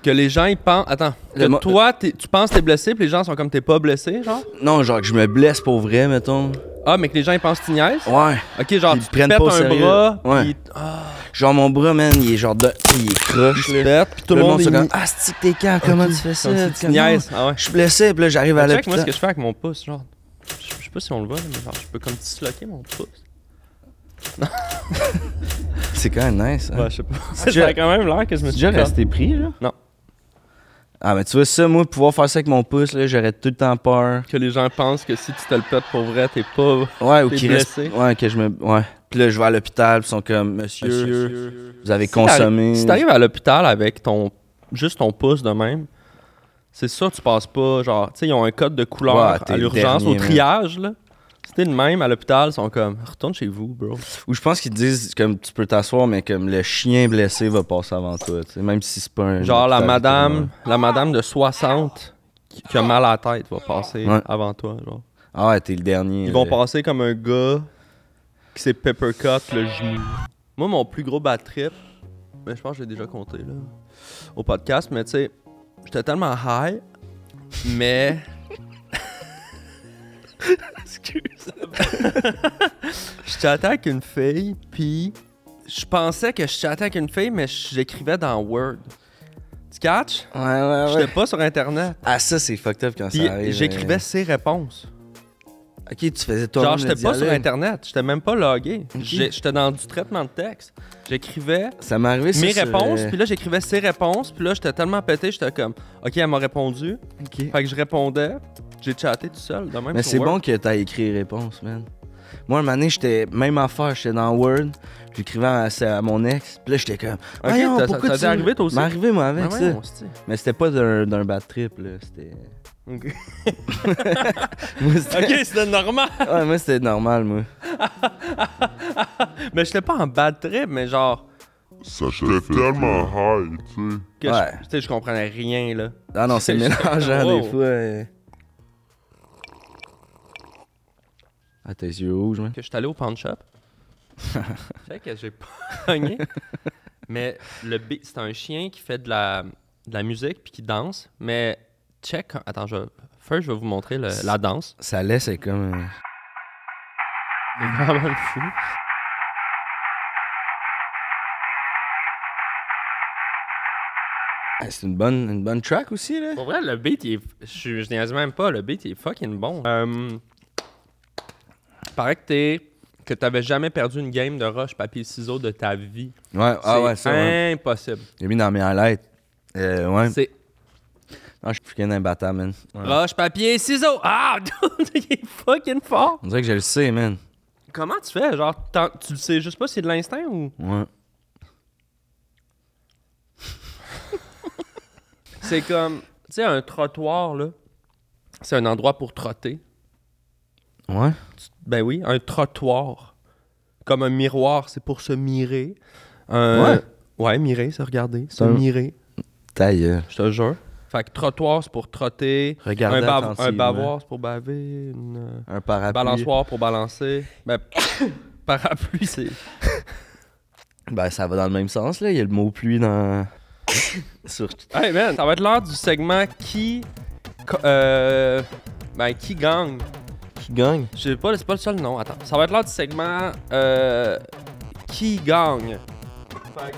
Speaker 3: Que les gens ils pensent. Attends, que
Speaker 2: Le mo-
Speaker 3: toi t'es- tu penses que t'es blessé, puis les gens sont comme t'es pas blessé, genre.
Speaker 2: Non, genre, que je me blesse pour vrai, mettons.
Speaker 3: Ah, mais que les gens ils pensent que tu niaises.
Speaker 2: Ouais.
Speaker 3: Ok, genre
Speaker 2: Ils
Speaker 3: tu te
Speaker 2: prennent
Speaker 3: pètes
Speaker 2: pas au
Speaker 3: un
Speaker 2: sérieux.
Speaker 3: bras,
Speaker 2: Ouais.
Speaker 3: puis ah,
Speaker 2: Genre, mon bras, man, il est genre, de, tu sais, il est croche,
Speaker 3: tu te
Speaker 2: là.
Speaker 3: pètes, puis tout le monde
Speaker 2: est
Speaker 3: est
Speaker 2: comme, ah, c'est que t'es calme, comment tu fais ça?
Speaker 3: comme
Speaker 2: T'es
Speaker 3: si tu
Speaker 2: comme,
Speaker 3: niaises.
Speaker 2: Non,
Speaker 3: Ah ouais.
Speaker 2: Je suis blessé, puis là, j'arrive à
Speaker 3: Check moi ce
Speaker 2: l'hôpital.
Speaker 3: que je fais avec mon pouce, genre. Je je sais pas si on le voit, là, mais genre je peux comme disloquer mon pouce.
Speaker 2: C'est quand même nice, hein.
Speaker 3: Ouais, je sais pas. Ça a quand même l'air que je me suis
Speaker 2: déjà resté pris, là?
Speaker 3: Non.
Speaker 2: Ah, mais tu vois, ça, moi, pouvoir faire ça avec mon pouce, là, j'aurais tout le temps peur.
Speaker 3: que les gens pensent que si tu te le pètes pour vrai, t'es pas.
Speaker 2: Ouais, ou
Speaker 3: T'es
Speaker 2: qu'il reste.
Speaker 3: blessé.
Speaker 2: Ouais, que je me. Ouais. Puis là, je vais à l'hôpital, puis ils sont comme, monsieur, vous avez consommé.
Speaker 3: t'arri- Si t'arrives à l'hôpital avec ton juste ton pouce de même, c'est sûr que tu passes pas. Genre, tu sais, ils ont un code de couleur
Speaker 2: Ouais, t'es
Speaker 3: à
Speaker 2: le
Speaker 3: l'urgence, au
Speaker 2: dernier, man.
Speaker 3: triage, là. Si t'es de même à l'hôpital, ils sont comme retourne chez vous, bro.
Speaker 2: Ou je pense qu'ils te disent, comme, tu peux t'asseoir, mais comme le chien blessé va passer avant toi, tu sais, même si c'est pas un.
Speaker 3: Genre la
Speaker 2: hôpital
Speaker 3: madame,
Speaker 2: vétérinaire.
Speaker 3: la madame de 60 qui, qui a mal à la tête va passer
Speaker 2: Ouais.
Speaker 3: avant toi. genre.
Speaker 2: Ah ouais, t'es le dernier.
Speaker 3: Ils vont
Speaker 2: là.
Speaker 3: passer comme un gars qui s'est peppercut le genou. Moi, mon plus gros bad trip, ben, je pense que j'ai déjà compté là, au podcast, mais tu sais, j'étais tellement high, mais. Excuse-moi. je chattais avec une fille, puis je pensais que je chattais avec une fille, mais j'écrivais dans Word. Tu catch?
Speaker 2: Ouais, Ah ouais, ouais.
Speaker 3: J'étais pas sur Internet.
Speaker 2: Ah, ça, c'est fucked up quand
Speaker 3: Puis
Speaker 2: ça arrive.
Speaker 3: j'écrivais
Speaker 2: hein.
Speaker 3: ses réponses.
Speaker 2: Ok, tu faisais toi
Speaker 3: Genre, j'étais pas sur Internet, j'étais même pas logué. J'ai- J'étais dans du traitement de texte. J'écrivais
Speaker 2: Ça m'est arrivé, ça,
Speaker 3: mes
Speaker 2: sur,
Speaker 3: réponses,
Speaker 2: euh,
Speaker 3: puis là, j'écrivais ses réponses, puis là, j'étais tellement pété, j'étais comme, OK, elle m'a répondu.
Speaker 2: ok.
Speaker 3: Fait que je répondais, j'ai chatté tout seul, de même.
Speaker 2: Mais
Speaker 3: sur
Speaker 2: c'est
Speaker 3: Word.
Speaker 2: bon que t'as écrit réponse, man. Moi, un moment donné, j'étais même affaire, j'étais dans Word, j'écrivais à, c'est à mon ex, puis là, j'étais comme.
Speaker 3: Ok,
Speaker 2: voyons,
Speaker 3: t'as-
Speaker 2: pourquoi
Speaker 3: ça- ça
Speaker 2: tu-
Speaker 3: t'est arrivé, toi aussi?
Speaker 2: M'est arrivé, moi,
Speaker 3: Ah
Speaker 2: avec
Speaker 3: ouais,
Speaker 2: ça.
Speaker 3: mon style.
Speaker 2: Mais c'était pas d'un d'un bad trip, là. C'était.
Speaker 3: Ok,
Speaker 2: Moi, c'était-
Speaker 3: Ok, c'était normal.
Speaker 2: Ouais, moi, c'était normal, moi.
Speaker 3: Mais j'étais pas en bad trip, mais genre,
Speaker 7: J'étais tellement high, tu sais.
Speaker 3: que je-
Speaker 2: Ouais.
Speaker 3: tu sais, je comprenais rien, là.
Speaker 2: Ah non, c'est
Speaker 3: J'étais
Speaker 2: mélangeant,
Speaker 3: comme, wow.
Speaker 2: des fois. euh. Ah, tes yeux rouges, man.
Speaker 3: que je suis allé au pawn shop. fait que j'ai pas gagné. mais le B, c'est un chien qui fait de la, de la musique puis qui danse. Mais check. Attends, je, first, je vais vous montrer le- la danse.
Speaker 2: Ça laisse, c'est comme. euh,
Speaker 3: C'est vraiment fou.
Speaker 2: ah, c'est une bonne, une bonne track aussi, là.
Speaker 3: Pour vrai, le beat, il est, je, suis- je niaise même pas. Le beat, il est fucking bon. Euh, paraît que t'es. Que t'avais jamais perdu une game de roche, papier, ciseaux de ta vie.
Speaker 2: Ouais, ah ouais,
Speaker 3: c'est
Speaker 2: ça, ouais.
Speaker 3: impossible.
Speaker 2: J'ai mis dans mes highlights. Euh, ouais.
Speaker 3: C'est
Speaker 2: Non, je suis fucking imbattable, man. Ouais.
Speaker 3: roche, papier, ciseaux. Ah, dude, il est fucking fort.
Speaker 2: On dirait que je le sais, man.
Speaker 3: Comment tu fais? Genre, t'en- tu le sais juste pas, c'est de l'instinct ou.
Speaker 2: Ouais.
Speaker 3: C'est comme, tu sais, un trottoir, là. C'est un endroit pour trotter.
Speaker 2: Ouais.
Speaker 3: Ben oui, un trottoir. Comme un miroir, c'est pour se mirer. Un-
Speaker 2: Ouais.
Speaker 3: Ouais, mirer, se regarder, se
Speaker 2: Un-
Speaker 3: mirer.
Speaker 2: Ta gueule.
Speaker 3: Je te jure. Fait que trottoir, c'est pour trotter.
Speaker 2: Regarder
Speaker 3: un, bav- un
Speaker 2: attentivement.
Speaker 3: bavoir, c'est pour baver. Une...
Speaker 2: Un parapluie.
Speaker 3: Balançoire pour balancer. Ben, parapluie, c'est.
Speaker 2: Ben, ça va dans le même sens, là. Il y a le mot pluie dans. Sur.
Speaker 3: Hey man, ça va être l'heure du segment qui. co- Euh, ben, qui gagne.
Speaker 2: Qui gagne
Speaker 3: Je sais pas, c'est pas le seul nom. Attends, ça va être l'heure du segment euh, qui gagne. Fait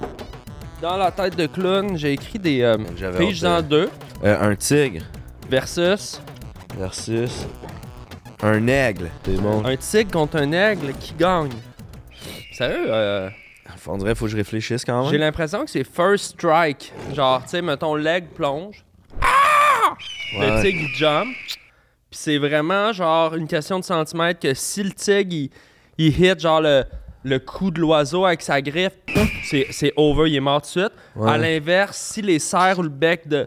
Speaker 3: que, Dans la tête de clown, j'ai écrit des euh,
Speaker 2: J'avais
Speaker 3: piges
Speaker 2: hâte
Speaker 3: en deux
Speaker 2: Euh, un tigre
Speaker 3: versus
Speaker 2: versus. Un aigle. C'est bon.
Speaker 3: un tigre contre un aigle qui gagne. Sérieux, euh,
Speaker 2: On dirait faut que je réfléchisse quand
Speaker 3: j'ai
Speaker 2: même.
Speaker 3: l'impression que c'est first strike. Genre, tu sais, mettons, l'aigle plonge. Le
Speaker 2: Ouais.
Speaker 3: tigre, il jump. Puis c'est vraiment, genre, une question de centimètres que si le tigre, il, il hit, genre, le, le coup de l'oiseau avec sa griffe, c'est c'est over, il est mort tout de suite.
Speaker 2: Ouais.
Speaker 3: À l'inverse, si les serres ou le bec de,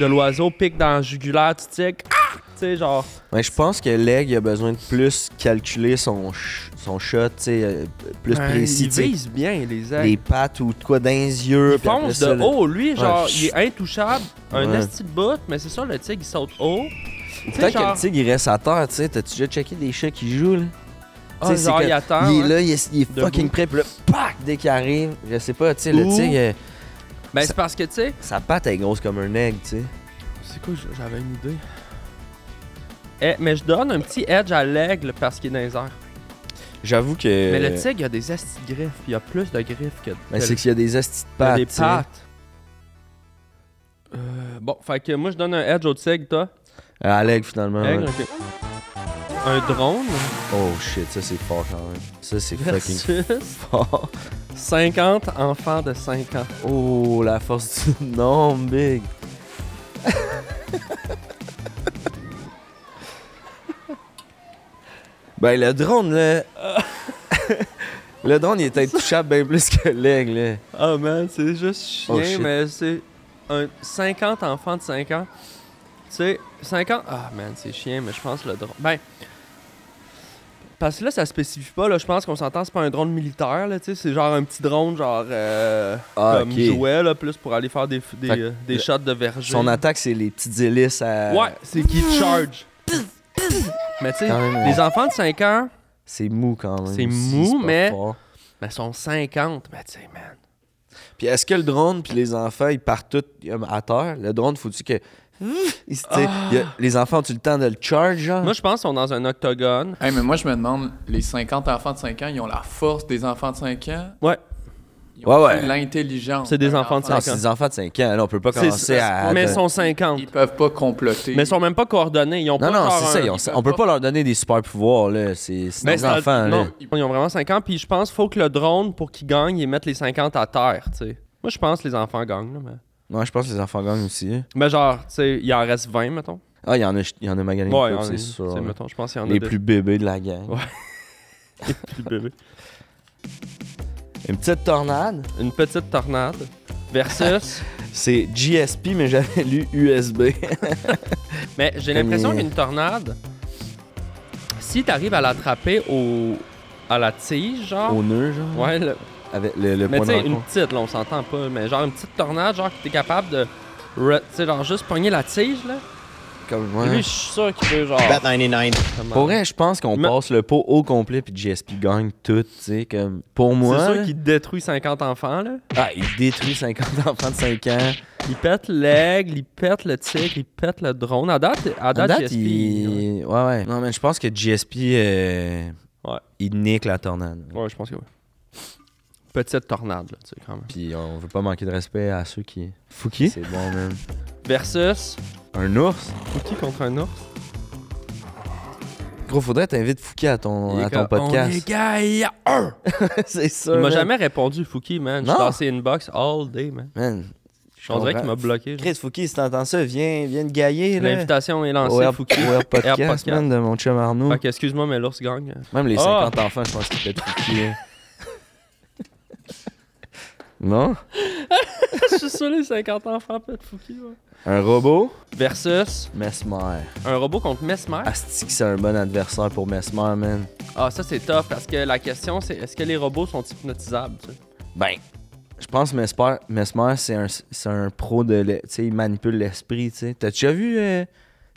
Speaker 3: de l'oiseau pique dans le jugulaire du tigre, ah! Tu sais, sais, genre.
Speaker 2: Ouais, je pense que Leg il a besoin de plus calculer son, ch- son shot, tu sais, euh, plus
Speaker 3: ben,
Speaker 2: précis.
Speaker 3: il
Speaker 2: tu sais,
Speaker 3: vise bien les ailes.
Speaker 2: Les pattes ou de quoi dans les yeux.
Speaker 3: Il
Speaker 2: puis après
Speaker 3: fonce
Speaker 2: ça,
Speaker 3: de
Speaker 2: là-
Speaker 3: haut, lui, genre,
Speaker 2: Ouais.
Speaker 3: il est intouchable, un
Speaker 2: Ouais.
Speaker 3: asti de bout, mais c'est ça, le tigre, il saute haut. Tu sais,
Speaker 2: Peut-être que
Speaker 3: genre,
Speaker 2: le tigre il reste à terre, tu sais. T'as-tu déjà checké des chats qui jouent là? tu
Speaker 3: ah,
Speaker 2: sais, c'est
Speaker 3: genre,
Speaker 2: que-
Speaker 3: il attend.
Speaker 2: il est
Speaker 3: ouais.
Speaker 2: là, il est, il est
Speaker 3: Debout.
Speaker 2: fucking prêt, puis là, pac, dès qu'il arrive, je sais pas, tu sais, le
Speaker 3: Ou-
Speaker 2: tigre, euh,
Speaker 3: Ben, c'est parce que, tu sais,
Speaker 2: sa patte elle est grosse comme un aigle, tu sais.
Speaker 3: c'est quoi, j- j'avais une idée. Eh, mais je donne un petit edge à l'aigle parce qu'il est dans les airs.
Speaker 2: J'avoue que.
Speaker 3: Mais le tigre, il a des astis de griffes, puis il a plus de griffes que de
Speaker 2: Euh, Ben, c'est qu'il y a des astis de
Speaker 3: il a
Speaker 2: pattes.
Speaker 3: des
Speaker 2: tu sais.
Speaker 3: pattes. Euh, bon, fait que moi, je donne un edge au tigre, toi.
Speaker 2: Euh, à l'aigle, finalement.
Speaker 3: Aigle,
Speaker 2: ouais.
Speaker 3: ok. Un drone
Speaker 2: Oh shit, ça c'est fort quand même. Ça c'est fucking
Speaker 3: versus
Speaker 2: fort.
Speaker 3: 50 enfants de 5 ans.
Speaker 2: Oh, la force du nombre, big. ben, le drone, là. le drone, il était touchable bien plus que l'aigle, là.
Speaker 3: Ah man, c'est juste chien,
Speaker 2: Oh, shit.
Speaker 3: mais c'est un 50 enfants de 5 ans. Tu sais, 50... Ah man, c'est chien, mais je pense le drone... Ben... Parce que là, ça spécifie pas, là, je pense qu'on s'entend, c'est pas un drone militaire, là, tu sais, c'est genre un petit drone, genre... euh,
Speaker 2: Ah,
Speaker 3: comme
Speaker 2: ok.
Speaker 3: jouet, là, plus pour aller faire des, f- des,
Speaker 2: Fait que
Speaker 3: euh, des
Speaker 2: le-
Speaker 3: shots de verger.
Speaker 2: Son attaque, c'est les petites hélices à.
Speaker 3: Ouais, c'est qui charge. Mais tu sais,
Speaker 2: Quand même,
Speaker 3: les enfants de 5 ans,
Speaker 2: C'est mou quand même.
Speaker 3: C'est
Speaker 2: aussi,
Speaker 3: mou,
Speaker 2: pas
Speaker 3: mais-
Speaker 2: fort.
Speaker 3: ben, sont 50, mais tu sais, man...
Speaker 2: Puis est-ce que le drone, puis les enfants, ils partent tous euh, à terre? Le drone, faut-tu que. Ils- tu sais, y a- les enfants ont-tu le temps de le charge, genre?
Speaker 3: Ah. Moi, je pense qu'ils sont dans un octogone.
Speaker 6: Hey, mais moi, je me demande, les 50 enfants de 5 ans, ils ont la force des enfants de 5 ans?
Speaker 3: Ouais.
Speaker 6: Ils ont
Speaker 2: Ouais, ouais.
Speaker 6: l'intelligence.
Speaker 3: C'est des
Speaker 6: d'un
Speaker 3: enfants de
Speaker 2: Non,
Speaker 6: enfant.
Speaker 2: Ah, c'est des enfants de 5 ans, là, on peut pas commencer à.
Speaker 3: mais
Speaker 2: à-
Speaker 3: ils sont 50.
Speaker 6: Ils peuvent pas comploter.
Speaker 3: Mais ils sont même pas coordonnés. Ils ont pas
Speaker 2: Non, non,
Speaker 3: genre
Speaker 2: c'est ça.
Speaker 3: un-
Speaker 2: ils ont-
Speaker 6: ils peuvent
Speaker 2: on peut
Speaker 6: pas
Speaker 2: pas leur donner des super pouvoirs, là. C'est c'est
Speaker 3: Ben,
Speaker 2: des
Speaker 3: c'est un-
Speaker 2: enfants, là.
Speaker 3: non, ils ont vraiment 5 ans. Puis je pense qu'il faut que le drone, pour qu'ils gagnent, ils mettent les 50 à terre, tu sais. Moi, je pense que les enfants gagnent, là, mais...
Speaker 2: Ouais, je pense que les enfants gagnent aussi. hein.
Speaker 3: mais genre, tu sais, il en reste 20, mettons.
Speaker 2: Ah, il y en a, il y en a magané une
Speaker 3: Ouais, il y en
Speaker 2: couple,
Speaker 3: a-
Speaker 2: c'est
Speaker 3: tu
Speaker 2: sûr.
Speaker 3: sais,
Speaker 2: là.
Speaker 3: mettons, je pense qu'il y en a
Speaker 2: Les
Speaker 3: des-
Speaker 2: plus bébés de la gang.
Speaker 3: Ouais. les plus bébés.
Speaker 2: Une petite tornade,
Speaker 3: Une petite tornade versus...
Speaker 2: c'est GSP, mais j'avais lu USB.
Speaker 3: mais j'ai l'impression qu'une tornade, si t'arrives à l'attraper au... à la tige, genre...
Speaker 2: Au nœud, genre.
Speaker 3: Ah. Ouais, le-
Speaker 2: Avec le, le
Speaker 3: Mais
Speaker 2: point
Speaker 3: tu
Speaker 2: de
Speaker 3: sais, une
Speaker 2: rencontre.
Speaker 3: petite, là, on s'entend pas, mais genre une petite tornade, genre que t'es capable de. re- Tu sais, genre juste pogner la tige, là.
Speaker 2: Comme,
Speaker 3: Lui,
Speaker 2: ouais.
Speaker 3: je suis sûr qu'il peut, genre.
Speaker 8: 99.
Speaker 3: comment-
Speaker 2: Pour vrai, je pense qu'on
Speaker 3: Mais-
Speaker 2: passe le pot au complet, puis GSP gagne tout, tu sais. Comme, pour moi.
Speaker 3: C'est sûr
Speaker 2: là-
Speaker 3: qu'il détruit 50 enfants, là.
Speaker 2: Ah, il détruit 50 enfants de 5 ans.
Speaker 3: Il pète l'aigle, il pète le tigre, il pète le drone. À date, à
Speaker 2: À
Speaker 3: date,
Speaker 2: date,
Speaker 3: GSP, ouais.
Speaker 2: il... Ouais, ouais. Non, mais je pense que GSP, euh,
Speaker 3: Ouais.
Speaker 2: il nique la tornade.
Speaker 3: Ouais, je pense que oui. Petite tornade, là, tu sais, quand même.
Speaker 2: Puis on veut pas manquer de respect à ceux qui... Fouki? C'est bon, même.
Speaker 3: Versus.
Speaker 2: Un ours?
Speaker 3: Qui contre un ours
Speaker 2: Gros, faudrait t'inviter Fouki à ton,
Speaker 3: Il est
Speaker 2: à ton
Speaker 3: comme, On
Speaker 2: podcast.
Speaker 3: est gars, il y a un
Speaker 2: C'est sûr.
Speaker 3: Il m'a
Speaker 2: man.
Speaker 3: jamais répondu, Fouki, man. Je suis
Speaker 2: Non.
Speaker 3: dans ses inbox all day, man.
Speaker 2: Man, je
Speaker 3: On dirait qu'il m'a
Speaker 2: comprends.
Speaker 3: bloqué. genre.
Speaker 2: Chris, Fouki, si t'entends ça, viens, viens te gailler, là.
Speaker 3: L'invitation est
Speaker 2: Au
Speaker 3: lancée,
Speaker 2: Air-
Speaker 3: Fouki.
Speaker 2: au Air podcast,
Speaker 3: Air podcast.
Speaker 2: man, de mon chum Arnaud.
Speaker 3: Fait que, excuse-moi, mais l'ours gagne.
Speaker 2: Même les
Speaker 3: Ah!
Speaker 2: 50 enfants, je pense qu'ils pètent Fouki. hein. non?
Speaker 3: Je suis sûr, les 50 enfants pètent Fouki. Ouais.
Speaker 2: Un robot?
Speaker 3: Versus
Speaker 2: Mesmer.
Speaker 3: un robot contre Mesmer.
Speaker 2: Asti que c'est un bon adversaire pour Mesmer, man.
Speaker 3: Ah, ça c'est tough parce que la question c'est est-ce que les robots sont hypnotisables tu sais?
Speaker 2: Ben, je pense que Mesmer, Mesmer, c'est un, c'est un pro de. l'e- Tu sais, il manipule l'esprit, tu sais. T'as-tu déjà vu. euh,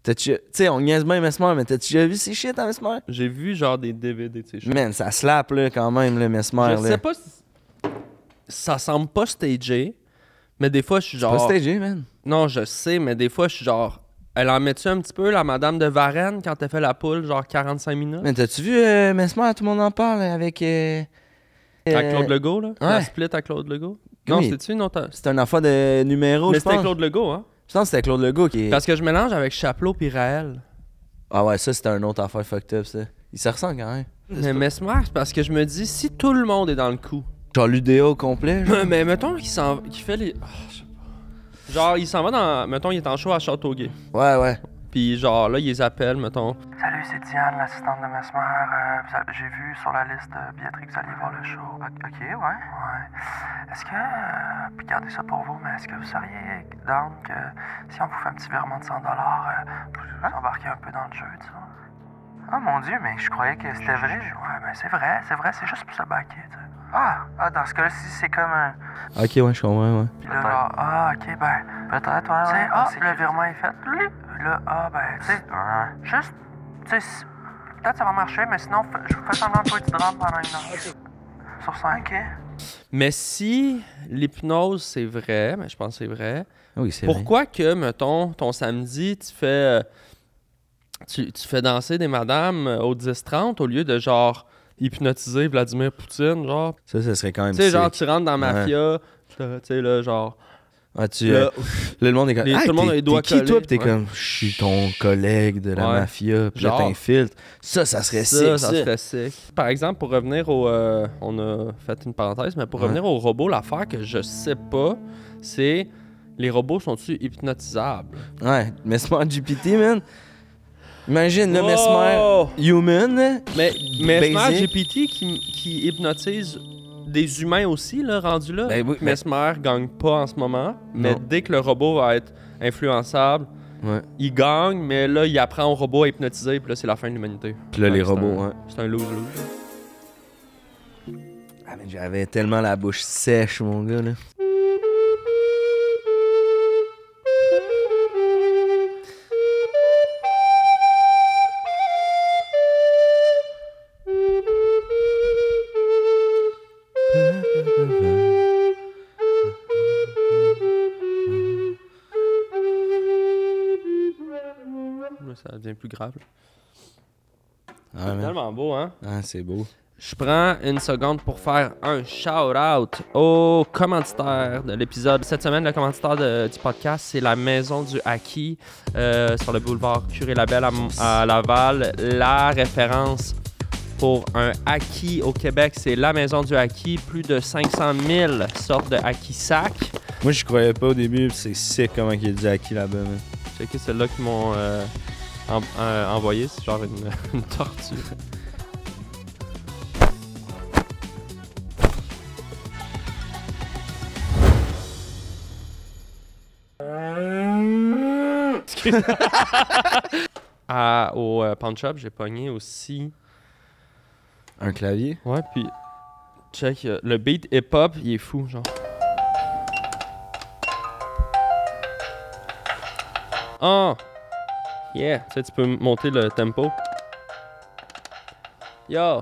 Speaker 2: t'as-tu- Tu sais, on niaise bien Mesmer, mais t'as-tu déjà vu ces shit à Mesmer?
Speaker 3: J'ai vu genre des DVD, tu sais. je-
Speaker 2: Man, ça slap, là, quand même, le Mesmer,
Speaker 3: Je
Speaker 2: là.
Speaker 3: sais pas si. Ça semble pas stagé, mais des fois je suis
Speaker 2: Pas
Speaker 3: genre.
Speaker 2: stagé, man.
Speaker 3: Non, je sais, mais des fois je suis genre. Elle en met-tu un petit peu, la madame de Varennes, quand elle fait la poule, genre 45 minutes?
Speaker 2: Mais t'as-tu vu euh, Mesmer, tout le monde en parle, avec. euh,
Speaker 3: À
Speaker 2: euh,
Speaker 3: Claude Legault, là? La
Speaker 2: ouais.
Speaker 3: split à Claude Legault? Non,
Speaker 2: Oui.
Speaker 3: c'était-tu une autre.
Speaker 2: C'était un enfant de numéro,
Speaker 3: Mais
Speaker 2: je
Speaker 3: c'était
Speaker 2: pense.
Speaker 3: Claude Legault, hein?
Speaker 2: Je pense que c'était Claude Legault qui.
Speaker 3: Parce que je mélange avec Chapelot puis Raël.
Speaker 2: Ah ouais, ça, c'était un autre affaire fucked up, ça. Il se ressemble quand même.
Speaker 3: Mais Mesmer, c'est parce que je me dis, si tout le monde est dans le coup,
Speaker 2: Genre l'UDA au complet, genre.
Speaker 3: mais mettons qu'il s'en qu'il fait les. ah, je sais pas. Genre, il s'en va dans. Mettons, il est en show à Châteauguay.
Speaker 2: Ouais, ouais.
Speaker 3: Puis genre là, ils les appellent, mettons.
Speaker 9: Salut, c'est Diane, l'assistante de Mesmer. Euh, vous a- J'ai vu sur la liste de billetterie que vous alliez voir le show. ok, ouais. Ouais. Est-ce que. euh, puis gardez ça pour vous, mais est-ce que vous seriez down que si on vous fait un petit virement de 100 euh, vous embarquez un peu dans le jeu, tu vois? Ah mon dieu, mais je croyais que c'était vrai. Ouais, mais c'est vrai, c'est vrai, c'est juste pour se baquer, tu sais. Ah, ah, dans ce cas-là, si c'est comme un.
Speaker 2: Ah, Ok, ouais, je comprends, ouais.
Speaker 9: Puis là, genre, ah, ok, ben. Peut-être, ouais. Tu sais, ah, le virement est fait. Lui, Là, ah, ben, tu sais. Juste, tu sais, si- peut-être ça va marcher, mais sinon, fa- je vous fais semblant de pas être drame pendant une heure. Sur cinq. Ok.
Speaker 3: Mais si l'hypnose c'est vrai, mais je pense que c'est vrai.
Speaker 2: Ah Oui, c'est vrai.
Speaker 3: Pourquoi que, mettons, ton samedi, tu fais, euh, tu, tu fais danser des madames euh, au 10-30 au lieu de genre hypnotiser Vladimir Poutine, genre.
Speaker 2: Ça, ça serait quand même.
Speaker 3: Tu sais, genre,
Speaker 2: sick.
Speaker 3: tu rentres dans Mafia, euh, tu sais, là, genre.
Speaker 2: Ah, tu,
Speaker 3: là,
Speaker 2: euh, Là, le monde est comme.
Speaker 3: Les-
Speaker 2: Hey,
Speaker 3: tout le monde
Speaker 2: t'es-
Speaker 3: a les doigts
Speaker 2: t'es qui, toi?
Speaker 3: collés.
Speaker 2: Puis t'es
Speaker 3: Ouais.
Speaker 2: comme, je suis ton collègue de la
Speaker 3: Ouais.
Speaker 2: mafia. Puis là,
Speaker 3: Genre.
Speaker 2: t'infiltres. Ça, ça serait sick.
Speaker 3: ça, ça serait sick. Par exemple, pour revenir au. euh, on a fait une parenthèse, mais pour
Speaker 2: Ouais.
Speaker 3: revenir au robot, l'affaire que je sais pas, c'est. Les robots sont-ils hypnotisables?
Speaker 2: Ouais, Mesmer GPT, man. Imagine, le Mesmer
Speaker 3: Wow!
Speaker 2: human. là.
Speaker 3: Mais, mais Mesmer
Speaker 2: Basic.
Speaker 3: GPT qui, qui hypnotise des humains aussi, là, rendu là.
Speaker 2: Ben oui, mais-
Speaker 3: Mesmer gagne pas en ce moment, mais
Speaker 2: Non.
Speaker 3: dès que le robot va être influençable,
Speaker 2: Ouais.
Speaker 3: il gagne, mais là, il apprend au robot à hypnotiser, puis là, c'est la fin de l'humanité.
Speaker 2: Puis là, les
Speaker 3: Ouais, c'est
Speaker 2: robots,
Speaker 3: un-
Speaker 2: ouais.
Speaker 3: C'est un lose-lose.
Speaker 2: Ah, mais j'avais tellement la bouche sèche, mon gars, là.
Speaker 3: Là, Ça devient plus grave. là.
Speaker 2: Ah, man.
Speaker 3: Tellement beau, hein?
Speaker 2: Ah, c'est beau.
Speaker 3: Je prends une seconde pour faire un shout-out au commanditaire de l'épisode. Cette semaine, le commanditaire de- du podcast, c'est la Maison du Haki euh, sur le boulevard Curé-Labelle à, M- à Laval. La référence pour un Haki au Québec, c'est la Maison du Haki. Plus de 500 000 sortes de Haki sac.
Speaker 2: Moi, je croyais pas au début, puis c'est sick comment il y a du acquis là-bas, man.
Speaker 3: C'est que celle-là qui m'ont euh, en- euh, envoyé, c'est genre une, une tortue. Excuse-moi. À- au euh, pawn shop, j'ai pogné aussi.
Speaker 2: Un clavier?
Speaker 3: Ouais, puis check euh, le beat hip hop, il est fou, genre. Ah! Yeah! Tu sais, tu peux m- monter le tempo. Yo!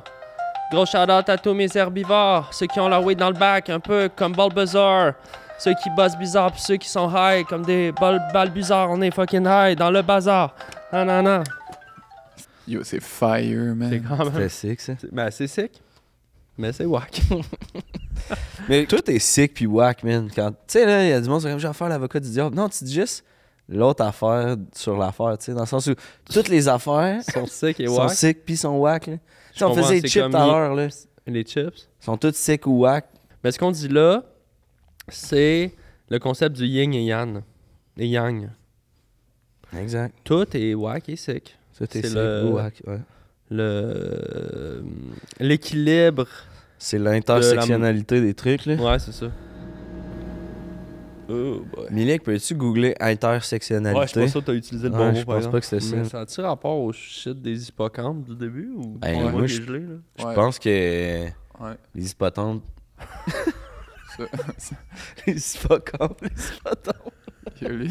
Speaker 3: Gros shout-out à tous mes herbivores, ceux qui ont leur weed dans le bac, un peu comme Bulbasaur. Ceux qui bossent bizarre, puis ceux qui sont high, comme des bal balbuzards, on est fucking high, dans le bazar. Non, non, non.
Speaker 6: Yo, c'est fire,
Speaker 3: C'est
Speaker 6: man.
Speaker 3: quand
Speaker 2: C'était
Speaker 3: même...
Speaker 2: sick, ça.
Speaker 3: Ben, c'est sick, mais c'est wack.
Speaker 2: Mais tout est sick puis whack, man. Quand... Tu sais, là, il y a du monde qui sont comme, je vais faire l'avocat du diable. Non, tu dis juste l'autre affaire sur l'affaire, tu sais, dans le sens où toutes les affaires
Speaker 3: sont sick et
Speaker 2: sont
Speaker 3: wack.
Speaker 2: sick puis sont whack, là. Tu sais, on
Speaker 3: comprends,
Speaker 2: faisait
Speaker 3: c'est
Speaker 2: les chips
Speaker 3: comme
Speaker 2: tout à l'heure, là. Ils
Speaker 3: Les chips.
Speaker 2: sont toutes sick ou whack.
Speaker 3: Mais ce qu'on dit là, c'est le concept du yin et yang. Et yang.
Speaker 2: Exact.
Speaker 3: Tout est wack et sick.
Speaker 2: Tout est,
Speaker 3: C'est
Speaker 2: sick
Speaker 3: le-
Speaker 2: ou whack, ouais.
Speaker 3: Le euh, l'équilibre.
Speaker 2: C'est l'intersectionnalité des trucs, là.
Speaker 3: Ouais, c'est ça. Oh boy.
Speaker 2: Milik, peux-tu googler intersectionnalité?
Speaker 3: Ouais, je pense que t'as utilisé le
Speaker 2: Ouais,
Speaker 3: bon mot.
Speaker 2: je
Speaker 3: par
Speaker 2: pense pas
Speaker 3: exemple.
Speaker 2: que c'était ça.
Speaker 3: Mais ça a-tu rapport au shit des hippocampes du début ou
Speaker 2: Ben,
Speaker 3: Ouais,
Speaker 2: moi,
Speaker 3: il est
Speaker 2: je-
Speaker 3: gelé, là.
Speaker 2: Je
Speaker 6: Ouais,
Speaker 2: pense que
Speaker 6: Ouais.
Speaker 2: les hippocampes...
Speaker 6: ça-
Speaker 2: les hippocampes, les hippocampes.
Speaker 6: Yo, les-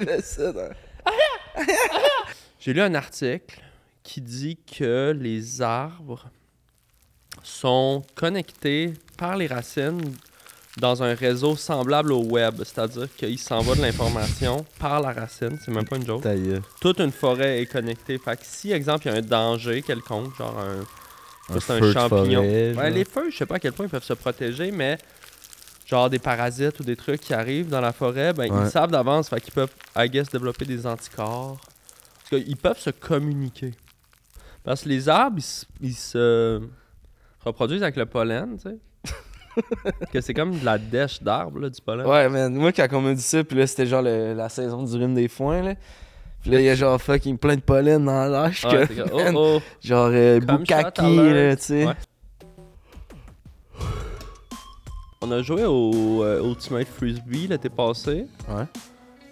Speaker 2: Le sud, hein.
Speaker 3: J'ai lu un article qui dit que les arbres sont connectés par les racines dans un réseau semblable au web, c'est-à-dire qu'il s'envoie de l'information par la racine, c'est même pas une joke.
Speaker 2: Ta gueule.
Speaker 3: Toute une forêt est connectée. Fait que si, exemple, il y a un danger quelconque, genre un,
Speaker 2: Un
Speaker 3: c'est un
Speaker 2: feu de
Speaker 3: champignon.
Speaker 2: forêt,
Speaker 3: Ouais,
Speaker 2: genre.
Speaker 3: les feux, je sais pas à quel point ils peuvent se protéger, mais genre des parasites ou des trucs qui arrivent dans la forêt, ben ils
Speaker 2: Ouais.
Speaker 3: le savent d'avance, fait qu'ils peuvent, I guess, développer des anticorps. Parce qu'ils peuvent se communiquer. Parce que les arbres, ils, s- ils se reproduisent avec le pollen, tu sais. que c'est comme de la dèche d'arbres, là, du pollen.
Speaker 2: Ouais, man, moi quand on m'a dit ça, puis là c'était genre le- la saison du rhume des foins, là. Puis là, il y a genre fucking plein de pollen dans l'air. je suis comme,
Speaker 3: Ah, c'est comme,
Speaker 2: man,
Speaker 3: oh, oh.
Speaker 2: Genre euh,
Speaker 3: Comme shot
Speaker 2: Bukaki,
Speaker 3: alert.
Speaker 2: là, tu sais.
Speaker 3: Ouais. On a joué au euh, Ultimate Frisbee l'été passé.
Speaker 2: Ouais.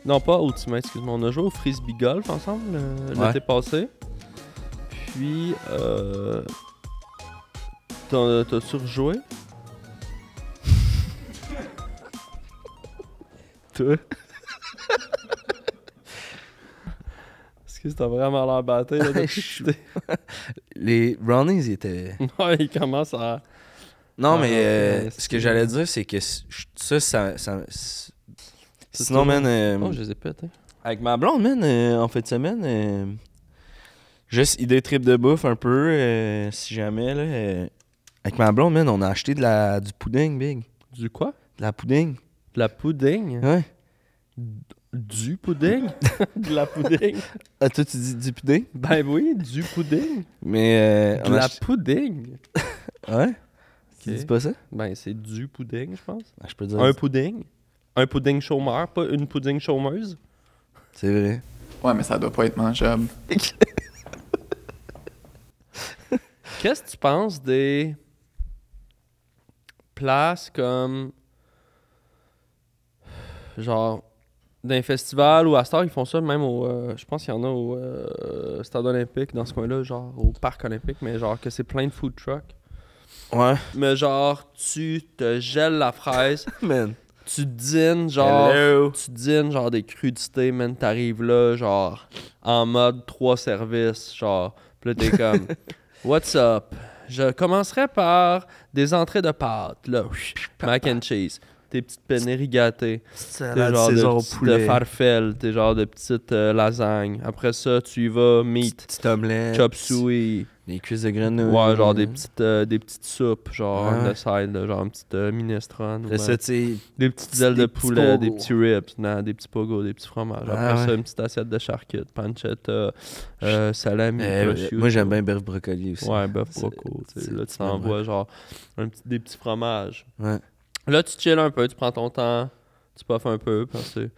Speaker 3: Non, pas Ultimate, excuse-moi. On a joué au Frisbee Golf ensemble euh,
Speaker 2: Ouais.
Speaker 3: l'été passé. Puis, euh, t'en- t'as surjoué. Toi? Est-ce que t'as vraiment l'air batté là, depuis que t'es-
Speaker 2: Les brownies, ils étaient.
Speaker 3: Ouais, il commence à...
Speaker 2: Non,
Speaker 3: Ah,
Speaker 2: mais
Speaker 3: non,
Speaker 2: euh,
Speaker 3: ouais,
Speaker 2: ce
Speaker 3: c'est-
Speaker 2: que j'allais dire, c'est que c- ça, ça. ça- c-
Speaker 3: C'est
Speaker 2: Sinon,
Speaker 3: toujours-
Speaker 2: man, euh,
Speaker 3: Oh, je les ai pétés.
Speaker 2: avec ma blonde, man, euh, en fin de semaine, euh, juste idée trip de bouffe un peu, euh, si jamais, là. euh, avec ma blonde, man, on a acheté de la, du pudding, big.
Speaker 3: Du quoi?
Speaker 2: De la pudding.
Speaker 3: De la pudding?
Speaker 2: Ouais.
Speaker 3: Du pudding? de la pudding?
Speaker 2: Ah, toi, tu dis du pudding?
Speaker 3: Ben oui, du pudding.
Speaker 2: Mais. euh,
Speaker 3: De
Speaker 2: on a
Speaker 3: la
Speaker 2: acheté-
Speaker 3: pudding.
Speaker 2: Ouais? Tu
Speaker 3: Ok.
Speaker 2: dis pas ça?
Speaker 3: Ben c'est du pudding, je pense.
Speaker 2: Ah, je peux dire.
Speaker 3: Un pudding. Un pudding chômeur, pas une pudding chômeuse.
Speaker 2: C'est vrai.
Speaker 6: Ouais, mais ça doit pas être mangeable.
Speaker 3: Qu'est-ce que tu penses des places comme genre d'un festival ou à Star, ils font ça même au euh, je pense qu'il y en a au euh, stade olympique dans ce coin-là, genre au parc olympique, mais genre que c'est plein de food trucks.
Speaker 2: Ouais.
Speaker 3: Mais genre tu te gèles la fraise,
Speaker 2: Man.
Speaker 3: tu dînes genre
Speaker 2: Hello.
Speaker 3: tu dînes genre des crudités, man, t'arrives là, genre, en mode trois services, genre, pis là t'es comme, what's up? Je commencerai par des entrées de pâtes, là, mac and cheese, tes petites pénéries gâtées, tes
Speaker 2: Salade
Speaker 3: genre de,
Speaker 2: César au
Speaker 3: petites de
Speaker 2: poulet.
Speaker 3: farfelles, tes genre de petites euh, lasagnes. Après ça, tu y vas, meat,
Speaker 2: Petit omelette.
Speaker 3: chop suey,
Speaker 2: Des cuisses de grenouille.
Speaker 3: ouais, genre des petites, euh, des petites soupes, genre,
Speaker 2: Ouais.
Speaker 3: on the side, là, genre, une petite euh, minestrone. ou
Speaker 2: Ah. Après ça,
Speaker 3: même-
Speaker 2: tu sais,
Speaker 3: des petites ailes
Speaker 2: des
Speaker 3: de
Speaker 2: petits
Speaker 3: poulet,
Speaker 2: pogos.
Speaker 3: des petits ribs, non, des petits pogos, des petits fromages. Après
Speaker 2: Ah
Speaker 3: ça,
Speaker 2: ouais.
Speaker 3: une petite assiette de charcuterie, pancetta, euh, salami,
Speaker 2: Euh,
Speaker 3: prosciutto.
Speaker 2: moi j'aime bien bœuf brocoli aussi.
Speaker 3: Ouais, bœuf
Speaker 2: C'est-
Speaker 3: broco. tu sais.
Speaker 2: c'est-
Speaker 3: Là, tu
Speaker 2: c'est vraiment
Speaker 3: t'envoies genre un petit- des petits fromages.
Speaker 2: Ouais.
Speaker 3: Là, tu chill un peu, tu prends ton temps, tu puffes un peu parce que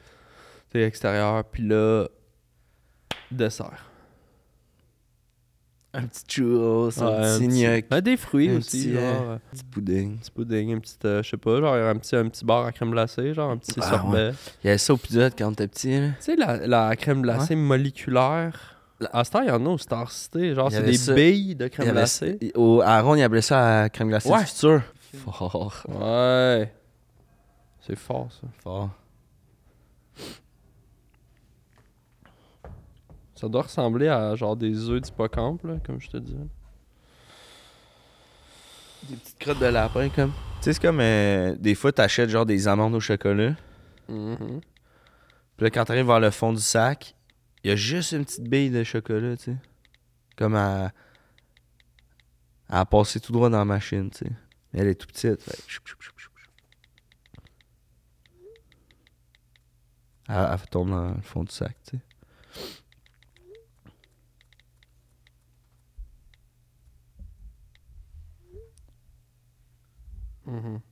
Speaker 3: t'es extérieur. Puis là, dessert.
Speaker 2: Un petit churros,
Speaker 3: Ouais,
Speaker 2: un petit
Speaker 3: petit-
Speaker 2: gnoc,
Speaker 3: Ouais, des fruits
Speaker 2: un
Speaker 3: aussi,
Speaker 2: petit,
Speaker 3: genre.
Speaker 2: euh,
Speaker 3: euh,
Speaker 2: un petit pudding.
Speaker 3: petit pudding, un petit, euh, je sais pas, genre un petit, un petit bar à crème glacée, genre un petit
Speaker 2: Ah,
Speaker 3: sorbet.
Speaker 2: Il y avait ça au pilote quand t'étais petit. Là.
Speaker 3: Tu sais, la, la crème glacée moléculaire. À ce temps, il y en a au Star City. Genre,
Speaker 2: Il y
Speaker 3: c'est
Speaker 2: avait
Speaker 3: des
Speaker 2: ça.
Speaker 3: billes de
Speaker 2: Il y
Speaker 3: crème
Speaker 2: avait
Speaker 3: glacée.
Speaker 2: ça- au Aaron, il appelait ça la crème glacée
Speaker 3: Ouais.
Speaker 2: du futur. Fort.
Speaker 3: Ouais. C'est fort, ça.
Speaker 2: Fort.
Speaker 3: Ça doit ressembler à genre des œufs d'hippocampe, là, comme je te disais.
Speaker 2: Des petites crottes de lapin comme. Tu sais, c'est comme euh, des fois t'achètes genre des amandes au chocolat.
Speaker 3: Mhm.
Speaker 2: Puis là, quand t'arrives vers le fond du sac, il y a juste une petite bille de chocolat, tu sais. Comme à. à passer tout droit dans la machine, tu sais. Mais elle est tout petite. fait que choup, choup, choup, choup, choup. Elle, elle tombe dans le fond du sac, tu sais.
Speaker 3: Mhm.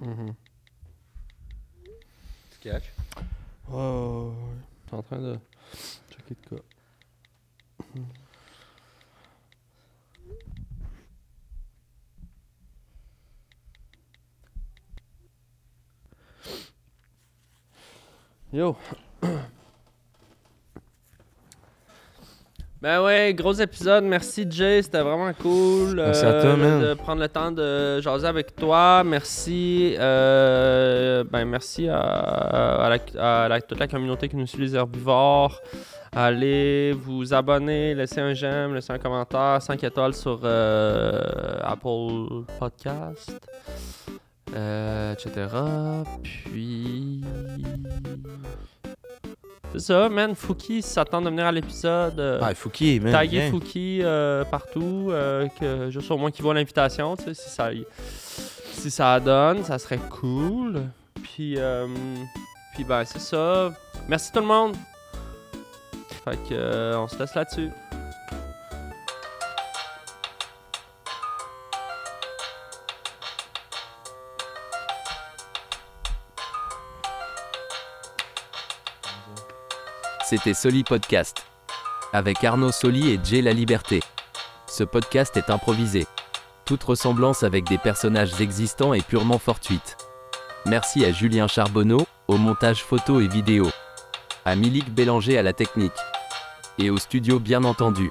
Speaker 3: Mhm.
Speaker 2: Tu catches?
Speaker 3: Oh, T'es en train de checker de quoi. Yo. Ben ouais, gros épisode. Merci Jay, c'était vraiment cool. euh,
Speaker 2: Merci à toi, man.
Speaker 3: De prendre le temps de jaser avec toi. Merci. euh, ben merci à, à la- à la- toute la communauté qui nous suit les herbivores. Allez vous abonner, laissez un j'aime, laissez un commentaire, 5 étoiles sur euh, Apple Podcast, euh, etc. Puis. C'est ça, man. Fouki s'attend de venir à l'épisode. euh,
Speaker 10: Ah, Fouki, man.
Speaker 3: taguer
Speaker 10: viens.
Speaker 3: Fouki euh, partout, euh, que juste au moins qu'il voit l'invitation, tu sais, si ça, si ça donne, ça serait cool. Puis, euh, puis ben, c'est ça. Merci tout le monde. Fait que, euh, on se laisse là-dessus.
Speaker 1: C'était Soli Podcast. Avec Arnaud Soli et Jay La Liberté. Ce podcast est improvisé. Toute ressemblance avec des personnages existants est purement fortuite. Merci à Julien Charbonneau, au montage photo et vidéo. À Milik Bélanger à la technique. Et au studio bien entendu.